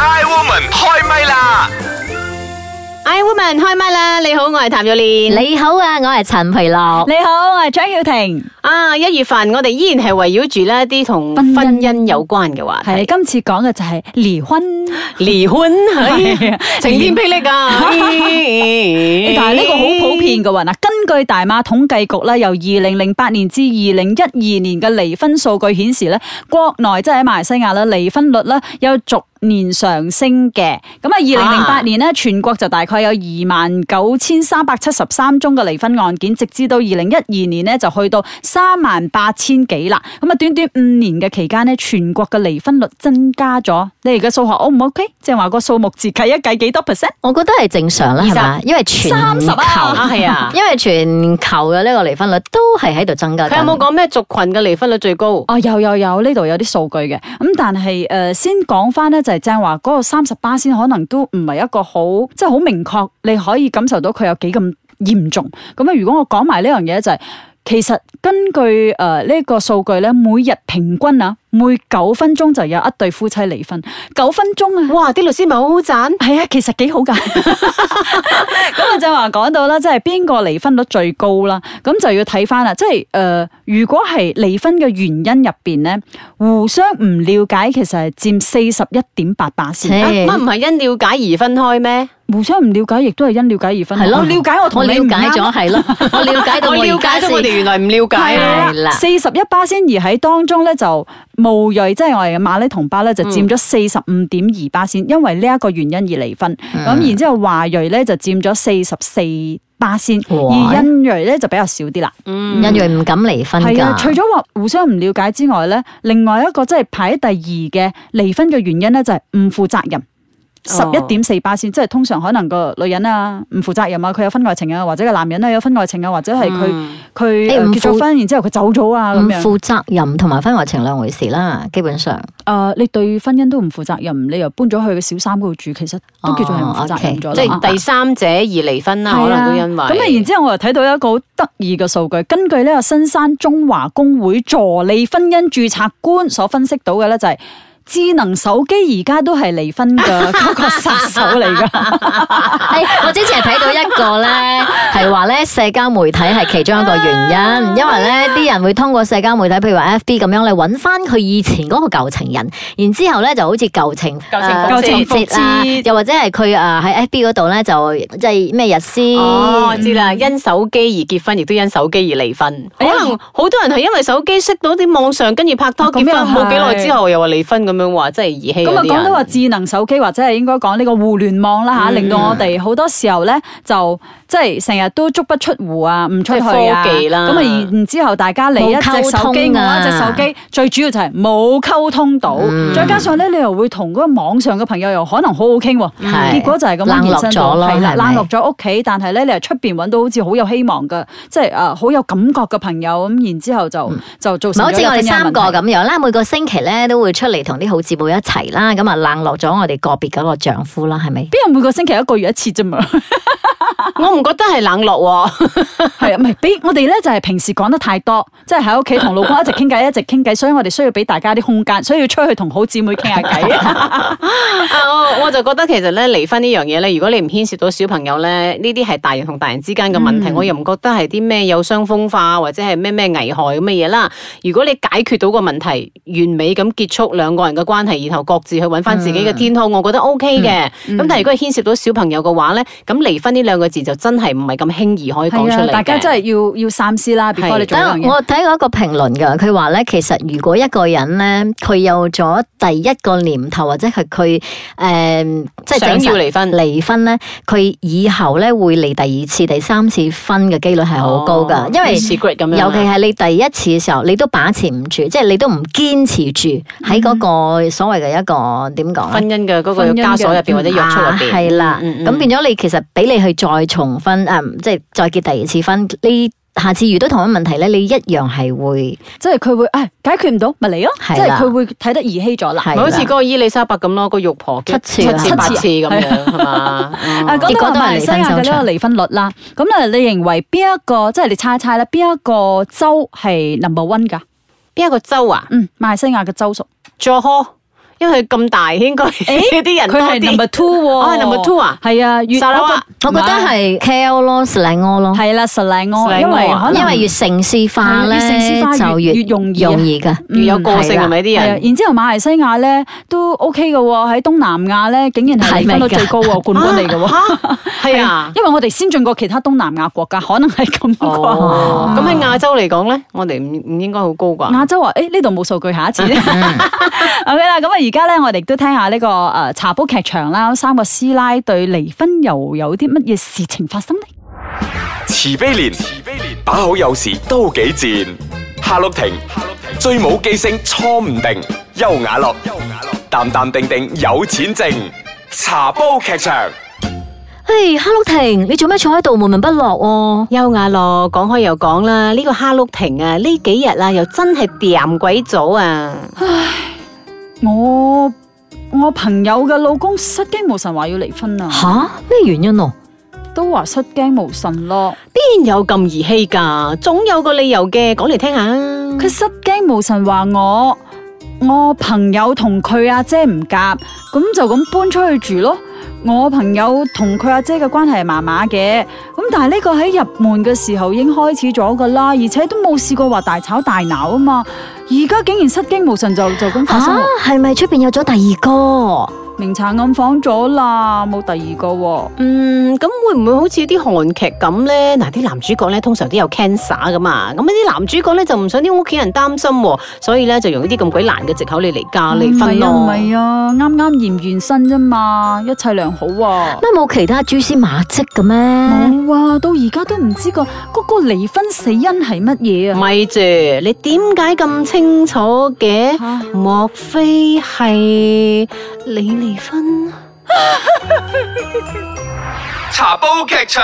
I Woman 開唛啦！ I Woman 開唛啦！你好，我係譚玉蓮。你好啊，我係陳培樂。你好，我係張曉婷。啊，一月份我哋依然係圍繞住呢一啲同婚姻婚姻有關嘅話係題。今次講嘅就係離婚，離婚係 係晴天霹 靂啊！但係但呢個好普遍嘅喎。嗱，根據大馬統計局咧，由二零零八年至二零一二年嘅離婚數據顯示咧，國內即係喺馬來西亞啦，離婚率咧有逐年上升嘅。咁啊，二零零八年咧，全國就大概有二萬九千三百七十三宗嘅離婚案件，直至到二零一二年咧就去到三萬八千幾啦。咁啊，短短五年嘅期間咧，全國嘅離婚率增加咗。你而家數學 O 唔 OK？即係話個數目字計一計幾多 percent？我覺得係正常啦，二十係嘛？因為全30球，啊啊 係啊，因為全球嘅呢個離婚率都係喺度增加緊。佢有冇講咩族群嘅離婚率最高？哦，有有有，呢度有啲數據嘅，咁但係誒、呃先講翻咧，就係正話嗰個三十巴仙可能都唔係一個好，即係好明確，你可以感受到佢有幾咁嚴重。咁啊，如果我講埋呢樣嘢就係、其實根據呃誒呢、個數據咧，每日平均啊，每九分鐘就有一對夫妻離婚，九分鐘啊！哇！啲律師咪好好賺，係啊，其實幾 好㗎。咁啊，就話講到啦，即係邊個離婚率最高啦？咁就要睇翻啦，即係誒、呃如果係離婚嘅原因入邊咧，互相唔了解其實係佔四十一點八八切先。啊乜唔係因了解而分開咩？互相唔了解，亦都係因了解而分。係咯我了解我我同了你唔解啱咗係咯，我了 解到我我了而家解啊到我哋先。原來唔了解啊啦。係係啦啦，四十一巴仙而喺當中咧就巫裔，即係我哋嘅馬拉同胞咧嗯就佔咗四十五點二巴仙，因為呢一個原因而離婚。咁、嗯然之後華裔咧就佔咗四十四巴仙，哇而印裔咧就比較少啲啦。嗯人哋唔敢離婚係啊，除㗎。咗話互相唔了解之外咧，另外一個即係排喺第二嘅離婚嘅原因咧就係唔負責任。十哦一點四巴仙，即係通常可能個女人啊唔負責任啊，佢有婚外情啊，或者個男人啊有婚外情啊，或者係佢佢你呃嗯唔結負咗婚，然之後佢走咗啊咁唔樣。負責任同埋婚外情兩回事啦，基本上誒、啊你對婚姻都唔負責任，你又搬咗去小三嗰度住，其實都叫做係唔負責任咗哦啦。即係第啊三者而離婚啦，係可啊能都因為咁啊，然之後我又睇到一個好得意嘅數據，根據呢個新山中華工會助理婚姻註冊官所分析到嘅咧，就係智能手機而家都係離婚嘅嗰個殺手嚟係㗎。哎我之前係睇到一個咧，係話咧社交媒體係其中一個原啊因，因為咧啲人會通過社交媒體，譬如話 FB 咁樣嚟揾翻佢以前嗰個舊情人，然之後咧就好似舊情舊情呃復舊情節啊復節又或者係佢誒喺 FB 嗰度咧就即係咩日先。哦，嗯我知啦，因手機而結婚，亦都因手機而離婚。可哎呀能好多人係因為手機識到啲網上，跟住拍拖啊咁結婚，又係冇幾耐之後又話離婚咁樣話，真係兒戲咁啊，嗰講到啲話人。智能手機或者係應該講呢個互聯網啦嚇，嗯令到我哋好多時候咧就即係成日都足不出戶啊，唔出去啊。即係科技啦咁啊，然之後大家你一隻手機，冇溝通我啊一隻手機，最主要就係冇溝通到，嗯再加上咧你又會同嗰個網上嘅朋友又可能好好傾喎，係結果就係咁冷樣落延伸到咗咯係啦，係咪冷落咗屋企，但係咧你又出邊揾到好似好有希望嘅，即係啊好有感覺嘅朋友咁，然之後就就做嗯唔係好似成咗我一個哋婚姻三個問題咁樣啦，每個星期咧都會出嚟同啲好姊妹一齊啦，咁啊冷落咗我哋個別嗰個丈夫啦，係咪？邊有每個星期一個月一次啫嘛？我唔覺得係冷落喎，系啊，唔係俾我哋咧就係平時講得太多，即係喺屋企同老公一直傾偈，一直傾偈，所以我哋需要俾大家啲空間，所以要出去同好姊妹傾下偈。啊我我就覺得其實咧離婚呢樣嘢咧，如果你唔牽涉到小朋友咧，呢啲係大人同大人之間嘅問題，我又唔覺得係啲咩有傷風化或者係咩咩危害咁嘅嘢啦。如果你解決到個問題，完美咁結束兩個人嘅關係，然後各自去揾翻自己嘅天空，我覺得 O K 嘅。咁但係如果係牽涉到小朋友嘅話咧，咁離婚呢兩個字就真係唔係咁輕易 可以講出嚟嘅大家真係要要三思啦，before 係你做呢樣但嘢。我睇過一個評論㗎，佢話咧，其實如果一個人咧，佢有咗第一個念頭，或者係佢誒，即係想要離婚離婚咧，佢以後咧會離第二次、第三次婚嘅機率係好高㗎，哦因為 secret 咁樣尤其係啊你第一次嘅時候，你都把持唔住，即係你都唔堅持住嗯喺嗰個所謂嘅一個點講咧婚姻嘅嗰個婚姻嘅枷鎖入邊或者約束入邊，啊係啦，嗯嗯嗯咁變咗你其實俾你去再重婚，啊即係再結第二次婚，你下次遇到同一問題咧，你一樣係會即係佢會唉解決唔到，咪嚟咯。即係係啦佢會睇得兒戲咗啦。咪係好似嗰啦個伊麗莎白咁咯，個肉婆七次啊七次八次咁係樣係嘛？嗯啊，講結到果都係馬來西亞嘅呢個離婚率啦，咁啊，你認為邊一個即係你猜一猜啦？邊一個州係 number one 㗎？邊一個州啊？嗯，馬來西亞嘅州屬。佐科，因因為佢咁大，應該啲人多佢係 number 啲。 two 喎，哦係 number two 啊係啊，越沙拉哇我覺得係 KL 咯，石嶺柯咯，係啦，實靚我，實因靚為我啊可能因為越城市化係啊咧越城市化越就越容易啊容易噶。越有個性嗯係啦係咪啲係啊人？然之後馬來西亞咧都 OK 嘅喎，喺東南亞咧竟然係係離咪婚率㗎最高喎，冠軍嚟嘅喎。喎，係啊。因為我哋先進過其他東南亞國家，可能係咁啩。哦，咁喺亞洲嚟講咧，我哋唔唔應該好高啩？亞洲話：誒呢度冇數據，下一次。OK 啦，咁啊而家咧，我哋亦都聽下呢個誒茶煲劇場啦，三個師奶對離婚又有啲乜嘢事情發生呢？慈悲蓮，慈悲蓮，把口有時都幾賤。夏綠庭，夏綠庭，最冇記性錯唔定。優雅樂，優雅樂，淡淡定定有錢剩。茶煲劇場，嘿，Hello 婷，你做咩坐喺度悶悶不樂喎？優雅樂講開又講啦，呢個哈碌亭啊，呢幾日啊又真係掂鬼咗啊！我我朋友嘅老公失驚無神，話要離婚啊，吓咩原因哦？都話失驚無神咯。邊有咁兒戲㗎？總有個理由嘅，講嚟聽下。佢失驚無神話我，我朋友同佢阿姐唔夾，咁就咁搬出去住咯。我朋友同佢阿姐嘅關係係麻麻嘅，咁但係呢個喺入門嘅時候已經開始咗噶啦，而且都冇試過話大吵大鬧啊嘛。而家竟然失驚無神就就咁發生啊吓喎，係咪出邊有咗第二個？明查暗訪咗啦，冇第二個喎。嗯，咁會唔會好似啲韓劇咁呢？嗱，啲男主角呢通常都有 cancer 噶嘛，咁啲男主角呢就唔想啲屋企人擔心喎，所以呢就用呢啲咁鬼難嘅藉口嚟離家啊離婚咯。唔係啊，唔係啊啱啱驗完身啫嘛，一切良好啊。乜冇其他蛛絲馬跡嘅咩？冇啊，到而家都唔知個嗰個離婚死因係乜嘢啊。咪住，你點解咁清楚嘅？嚇莫非係你離婚？茶煲劇場。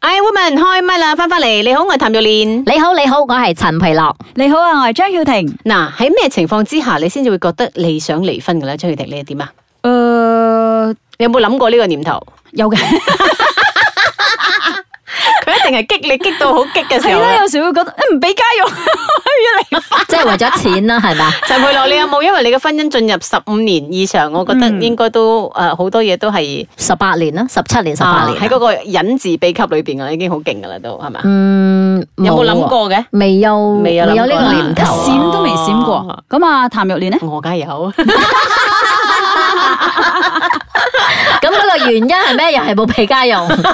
哎，woman 開唛啦，翻返嚟，你好，我係譚玉蓮。你好，你好，我係陳皮 樂。你好啊，我係張曉婷。嗱，喺咩情況之下你先至會覺得你想離婚嘅咧？張雨婷，你係點啊？誒、你有冇諗過呢個念頭？呃有嘅，佢一定係激你激到好激嘅時係候啊啦，咧。有啊時會覺得誒唔俾家用，要嚟即係為咗錢啦，係啊嘛？陳佩樂，你有冇因為你嘅婚姻進入十五年以上，我覺得應該都誒好、多嘢都係十八年啦，十七年，十八啊喺嗰、年啦。個忍字秘笈裏邊啦，已經好勁噶啦，都係咪？嗯，有冇諗啊？過嘅？未有，未有諗未有呢過個念一頭 啊。 閃都未閃過。咁啊，譚玉蓮呢？我梗係有，咁嗰個原因係咩？又係冇俾家用。咁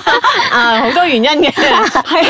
啊好多原因嘅。喺喺呢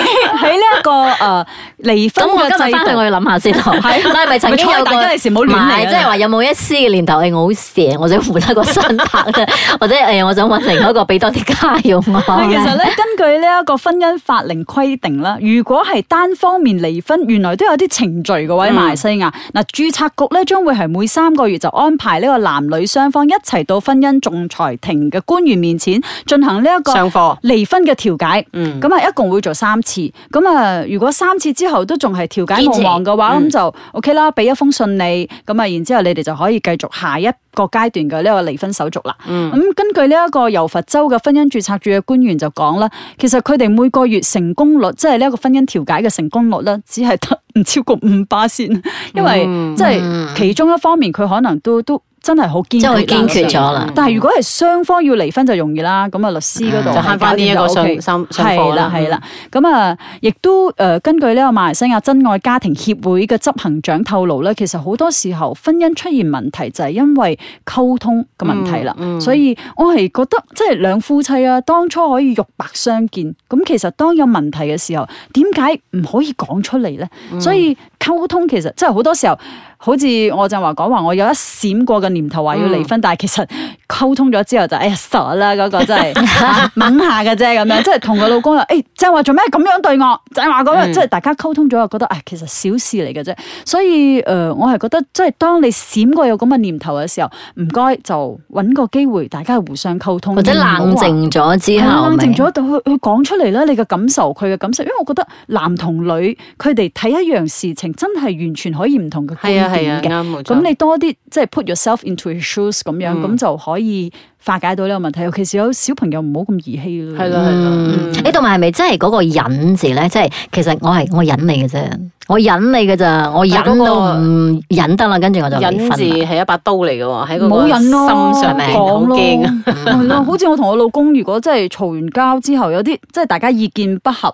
一個誒離婚我嘅今日翻去制度我。要諗下先咯。 係我 係咪曾經咪錯有個？大家有時唔好亂嚟唔啊係即係話有冇一絲嘅念頭？誒，我好邪，我想換一個新拍 咧，或者哎誒，我想揾另外一個俾多啲家用啊我 啊喂，其實咧，根據呢一個婚姻法令規定啦，如果係單方面離婚，原來都有啲程序嘅喎。喺馬來西亞，嗱、註冊局咧將會係每三個月就安排呢個男女雙方一齊到婚姻仲裁庭嘅官員面前進行呢一個上課離婚嘅調解。嗯咁啊，一共會做三次。咁啊，如果三次之後都仲係調解無望嘅嗯話，咁就 OK 啦，俾一封信你。咁啊，然之後你哋就可以繼續下一個階段嘅呢個離婚手續啦。嗯咁、根據呢一個由佛州嘅婚姻註冊處嘅官員就講啦，其實佢哋每個月成功率，即係呢一個婚姻調解嘅成功率咧，只係得 唔超過五巴先，因為嗯即係其中一方面佢可能都都真係好堅決，即係佢堅決咗啦。但係如果係雙方要離婚就容易啦，咁啊律師嗰度嗯就慳返呢一個上上上課啦嗯係啦係啦。咁啊，亦都誒根據呢個馬來西亞真愛家庭協會嘅執行長透露咧，其實好多時候婚姻出現問題就係因為溝通嘅問題啦。嗯所以我係覺得即係兩夫妻啊，當初可以肉白相見，咁其實當有問題嘅時候，點解唔可以講出嚟咧？嗯所以溝通其實即係好多時候。好似我就話講話，我有一閃過嘅念頭話要離嗯婚，但係其實溝通咗之後就哎呀傻啦，嗰、個真係 掹下嘅啫咁樣，即係同個老公又誒就係話做咩咁樣對我，就係話嗯咁樣，即係大家溝通咗又覺得啊、其實小事嚟嘅啫，所以誒、呃我係覺得即係當你閃過有咁嘅念頭嘅時候，唔該就揾個機會大家互相溝通，或者冷。靜咗之嗯係啊後，冷靜咗，佢佢講出嚟啦，你嘅感受，佢嘅感受，因為我覺得男同女佢哋睇一樣事情，真係完全可以唔同嘅觀係啊係點啊，嘅。啱冇錯。嗯咁你多啲即係 put yourself into your shoes 咁樣，咁、就可以化解到呢個問題。尤其是有小朋友唔好咁兒戲咯。係啦係啦，嗯，嗯誒，同埋係咪真係嗰個忍字咧？即係其實我係我忍你嘅啫，我忍你嘅咋，我忍但係嗰個到唔忍得啦，跟住我就離忍婚字啦。係一把刀嚟嘅喎，喺嗰冇個忍心咯，上面好講咯，驚啊！ 係咯，好似我同我老公，如果真係嘈完交之後，有啲即係大家意見不合，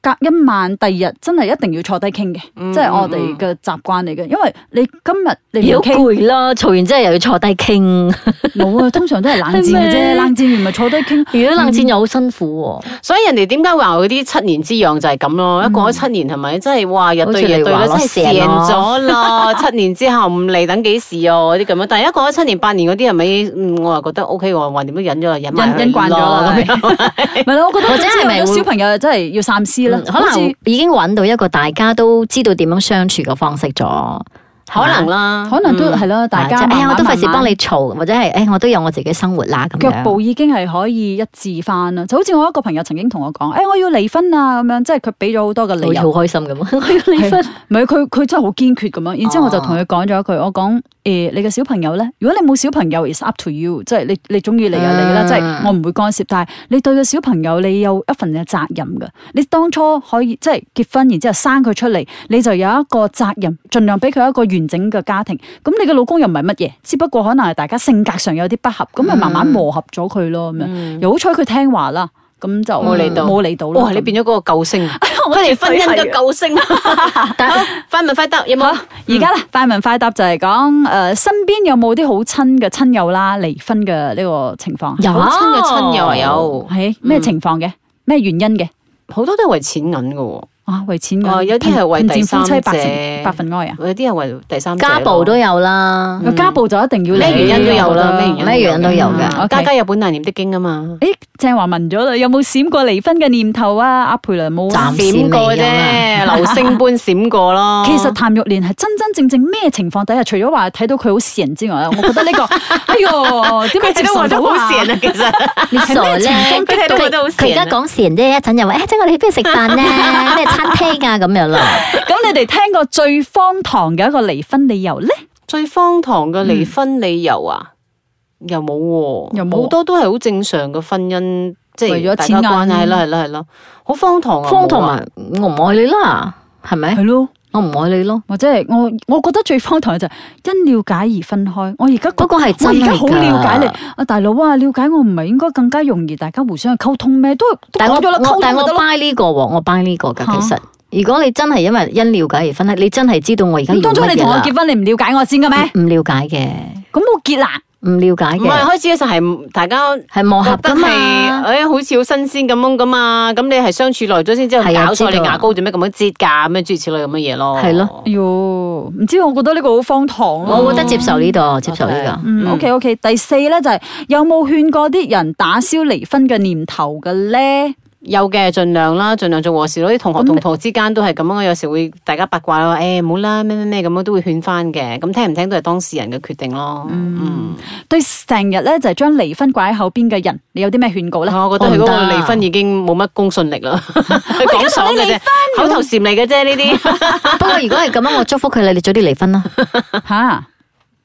隔一晚第二日真係一定要坐低傾嘅，嗯即係我哋嘅習慣嚟嘅。因為你今日你你唔好傾，攰啦，嘈完之後又要坐低傾，冇啊，通常都係冷戰嘅係啫，咩冷戰完咪坐低傾。如果冷戰又好辛苦所以人哋點解話嗰啲七年之癢就係咁咯？一過咗七年係咪真係哇日對夜對啦，真好係似你贏話咗咯啦！七年之後唔嚟等幾時哦嗰啲咁樣，但係一過咗七年八年嗰啲係咪？嗯我又覺得 O K 喎，話點都忍咗啦，忍埋忍忍慣咗啦佢咯咁樣 唔係咯，我覺得或者係咪有啲會小朋友真係要三思喎，啦嗯，好可似能已經揾到一個大家都知道點樣相處嘅方式咗。可能啦，可能都嗯係啦，大家即係哎慢呀，慢我都費事慢慢幫你嘈，或者係哎，我都有我自己生活啦咁腳樣。步已經係可以一致翻啦，就好似我一個朋友曾經同我講，誒、哎我要離婚啊咁樣，即係佢俾咗好多嘅好理似由，好開心咁，啊我要 離婚。唔係佢佢真係好堅決咁樣。然之後我就同佢講咗一句，我講誒、你嘅小朋友咧，如果你冇小朋友，is up to you，即係你你中意你啊你啦，嗯即係我唔會干涉。但係你對個小朋友，你有一份嘅責任㗎。你當初可以即係結婚，然之後生佢出嚟，你就有一個責任，盡量俾佢一個完整嘅家庭。咁你嘅老公又唔係乜嘢，只不過可能係大家性格上有啲不合，咁咪嗯慢慢磨合咗佢咯咁樣。又好彩佢聽話啦，咁就冇理到冇理到啦。嗯哇！你變咗嗰個救星， 佢哋婚姻啊嘅救星。 但好快問快答有冇？而家咧快問快答就係講誒身邊有冇啲好親嘅親友啦離婚嘅呢個情況？啊有好親嘅親友啊有，係咩情況嘅？咩原因嘅？好多都係為錢銀嘅喎，啊，為錢哦嘅，有啲係為貧第賤夫三妻百者成百分哀啊！有啲係為第三者 家暴咯都有啦，嗯家暴就一定要咩原因都有啦，因？咩原因都有嘅嗯 OK 家家有本難念的經啊嘛。誒，正話問咗啦，有冇閃過離婚嘅念頭啊？阿培良冇啊暫。時閃過未有啫，啦流星般閃過咯。其實譚玉蓮係真真正正咩情況底下，除咗話睇到佢好善之外，我覺得呢 個，哎唷，點解接睇到受我到都好啊？善啊，其 實你傻係咩咧？情況佢睇到我都好佢而家善啊。講善啫，一陣又話誒，哎即係我哋去邊度食飯 咧？咩餐廳啊咁樣啦。咁你哋聽過最荒唐嘅一個離婚理由咧？最荒唐嘅離婚理由啊，又冇喎，又冇好多都係好正常嘅婚姻，即為係咗大家錢銀關係啦，係啦，係啦，好荒唐啊！方同冇啊埋我唔愛你啦，係咪？係咯。我唔愛你咯。或者係我，我覺得最荒唐嘅就係因了解而分開。我而家覺嗰個係我真而係家好了解㗎你，啊大佬啊，了解我唔係應該更加容易大家互相去溝通咩？都都但我講咗啦，溝我通但咪我得咯。 buy 呢個喎，我 buy 呢個㗎。其嚇實如果你真係因為因了解而分開，你真係知道我而家要咁當初乜你嘢同我啦。嗯結婚，你唔了解我先嘅咩？唔了解嘅，咁我結啦，唔了解啊唔係嘅，開始嘅時候係大家係磨合覺得㗎係嘛。誒好似好新鮮咁樣噶嘛，咁你係相處耐咗先之後係啊搞錯知你道牙膏做咩咁樣擠㗎咁樣諸如此類咁嘅嘢咯。係咯哎喲，唔知我覺得呢哦個好荒唐咯。我覺得接受呢度，接受呢個。嗯，OK OK。第四咧就係有冇勸過啲人打消離婚嘅念頭嘅咧？有嘅，盡量啦，盡量做和事佬。啲同學咁同學之間都係咁樣，有時會大家八卦咯，誒唔好啦，咩咩咩咁樣都會勸翻嘅。咁聽唔聽都係當事人嘅決定咯。嗯，對成日咧就係將離婚掛喺口邊嘅人，你有啲咩勸告咧？我覺得佢嗰我個唔得離婚已經冇乜公信力 啦，佢講爽嘅啫，口頭禪嚟嘅啫呢啲。不過如果係咁樣，我祝福佢啦，你早啲離婚啦。啊吓，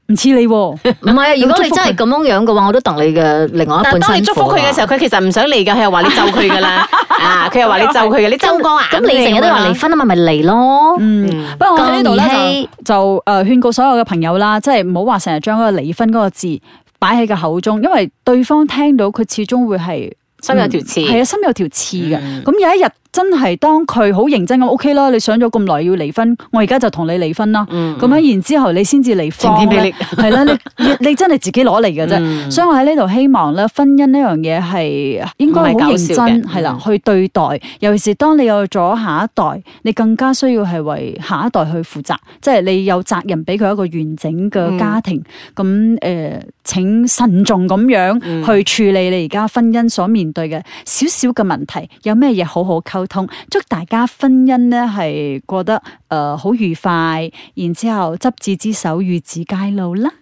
唔似 你喎。唔係啊，如果你真係咁樣樣嘅話，我都戥你嘅另外一但係半當你辛祝苦啊福佢嘅時候，佢其實唔想嚟㗎，佢又話你咒佢㗎 啦，啊，佢又話你咒佢嘅，你咒我啊。咁你成日都話離婚啊嘛，咪離咯。嗯，不過我喺呢度咁兒咧戲就就誒勸告所有嘅朋友啦，即係唔好話成日將嗰個離婚嗰個字擺喺個口中，因為對方聽到佢始終會係嗯心有條刺係啊，心有條刺嘅。嗯咁有一日真係當佢好認真咁，OK 啦，你想咗咁耐要離婚，我而家就同你離婚啦。嗯咁樣然之後你先至離晴婚天霹靂係啦，你你你真係自己攞嚟嘅啫。嗯所以我喺呢度希望咧，婚姻呢樣嘢係應該好唔係搞認笑真嘅係啦嗯，去對待。尤其是當你有咗下一代，你更加需要係為下一代去負責，即係你有責任俾佢一個完整嗯嘅家庭。咁誒、呃，請慎重咁樣嗯去處理你而家婚姻所面對嘅少少嘅問題，有咩嘢好好溝通。祝大家婚姻咧呃係過得誒好、愉快，然之後執子之手，與子偕老啦。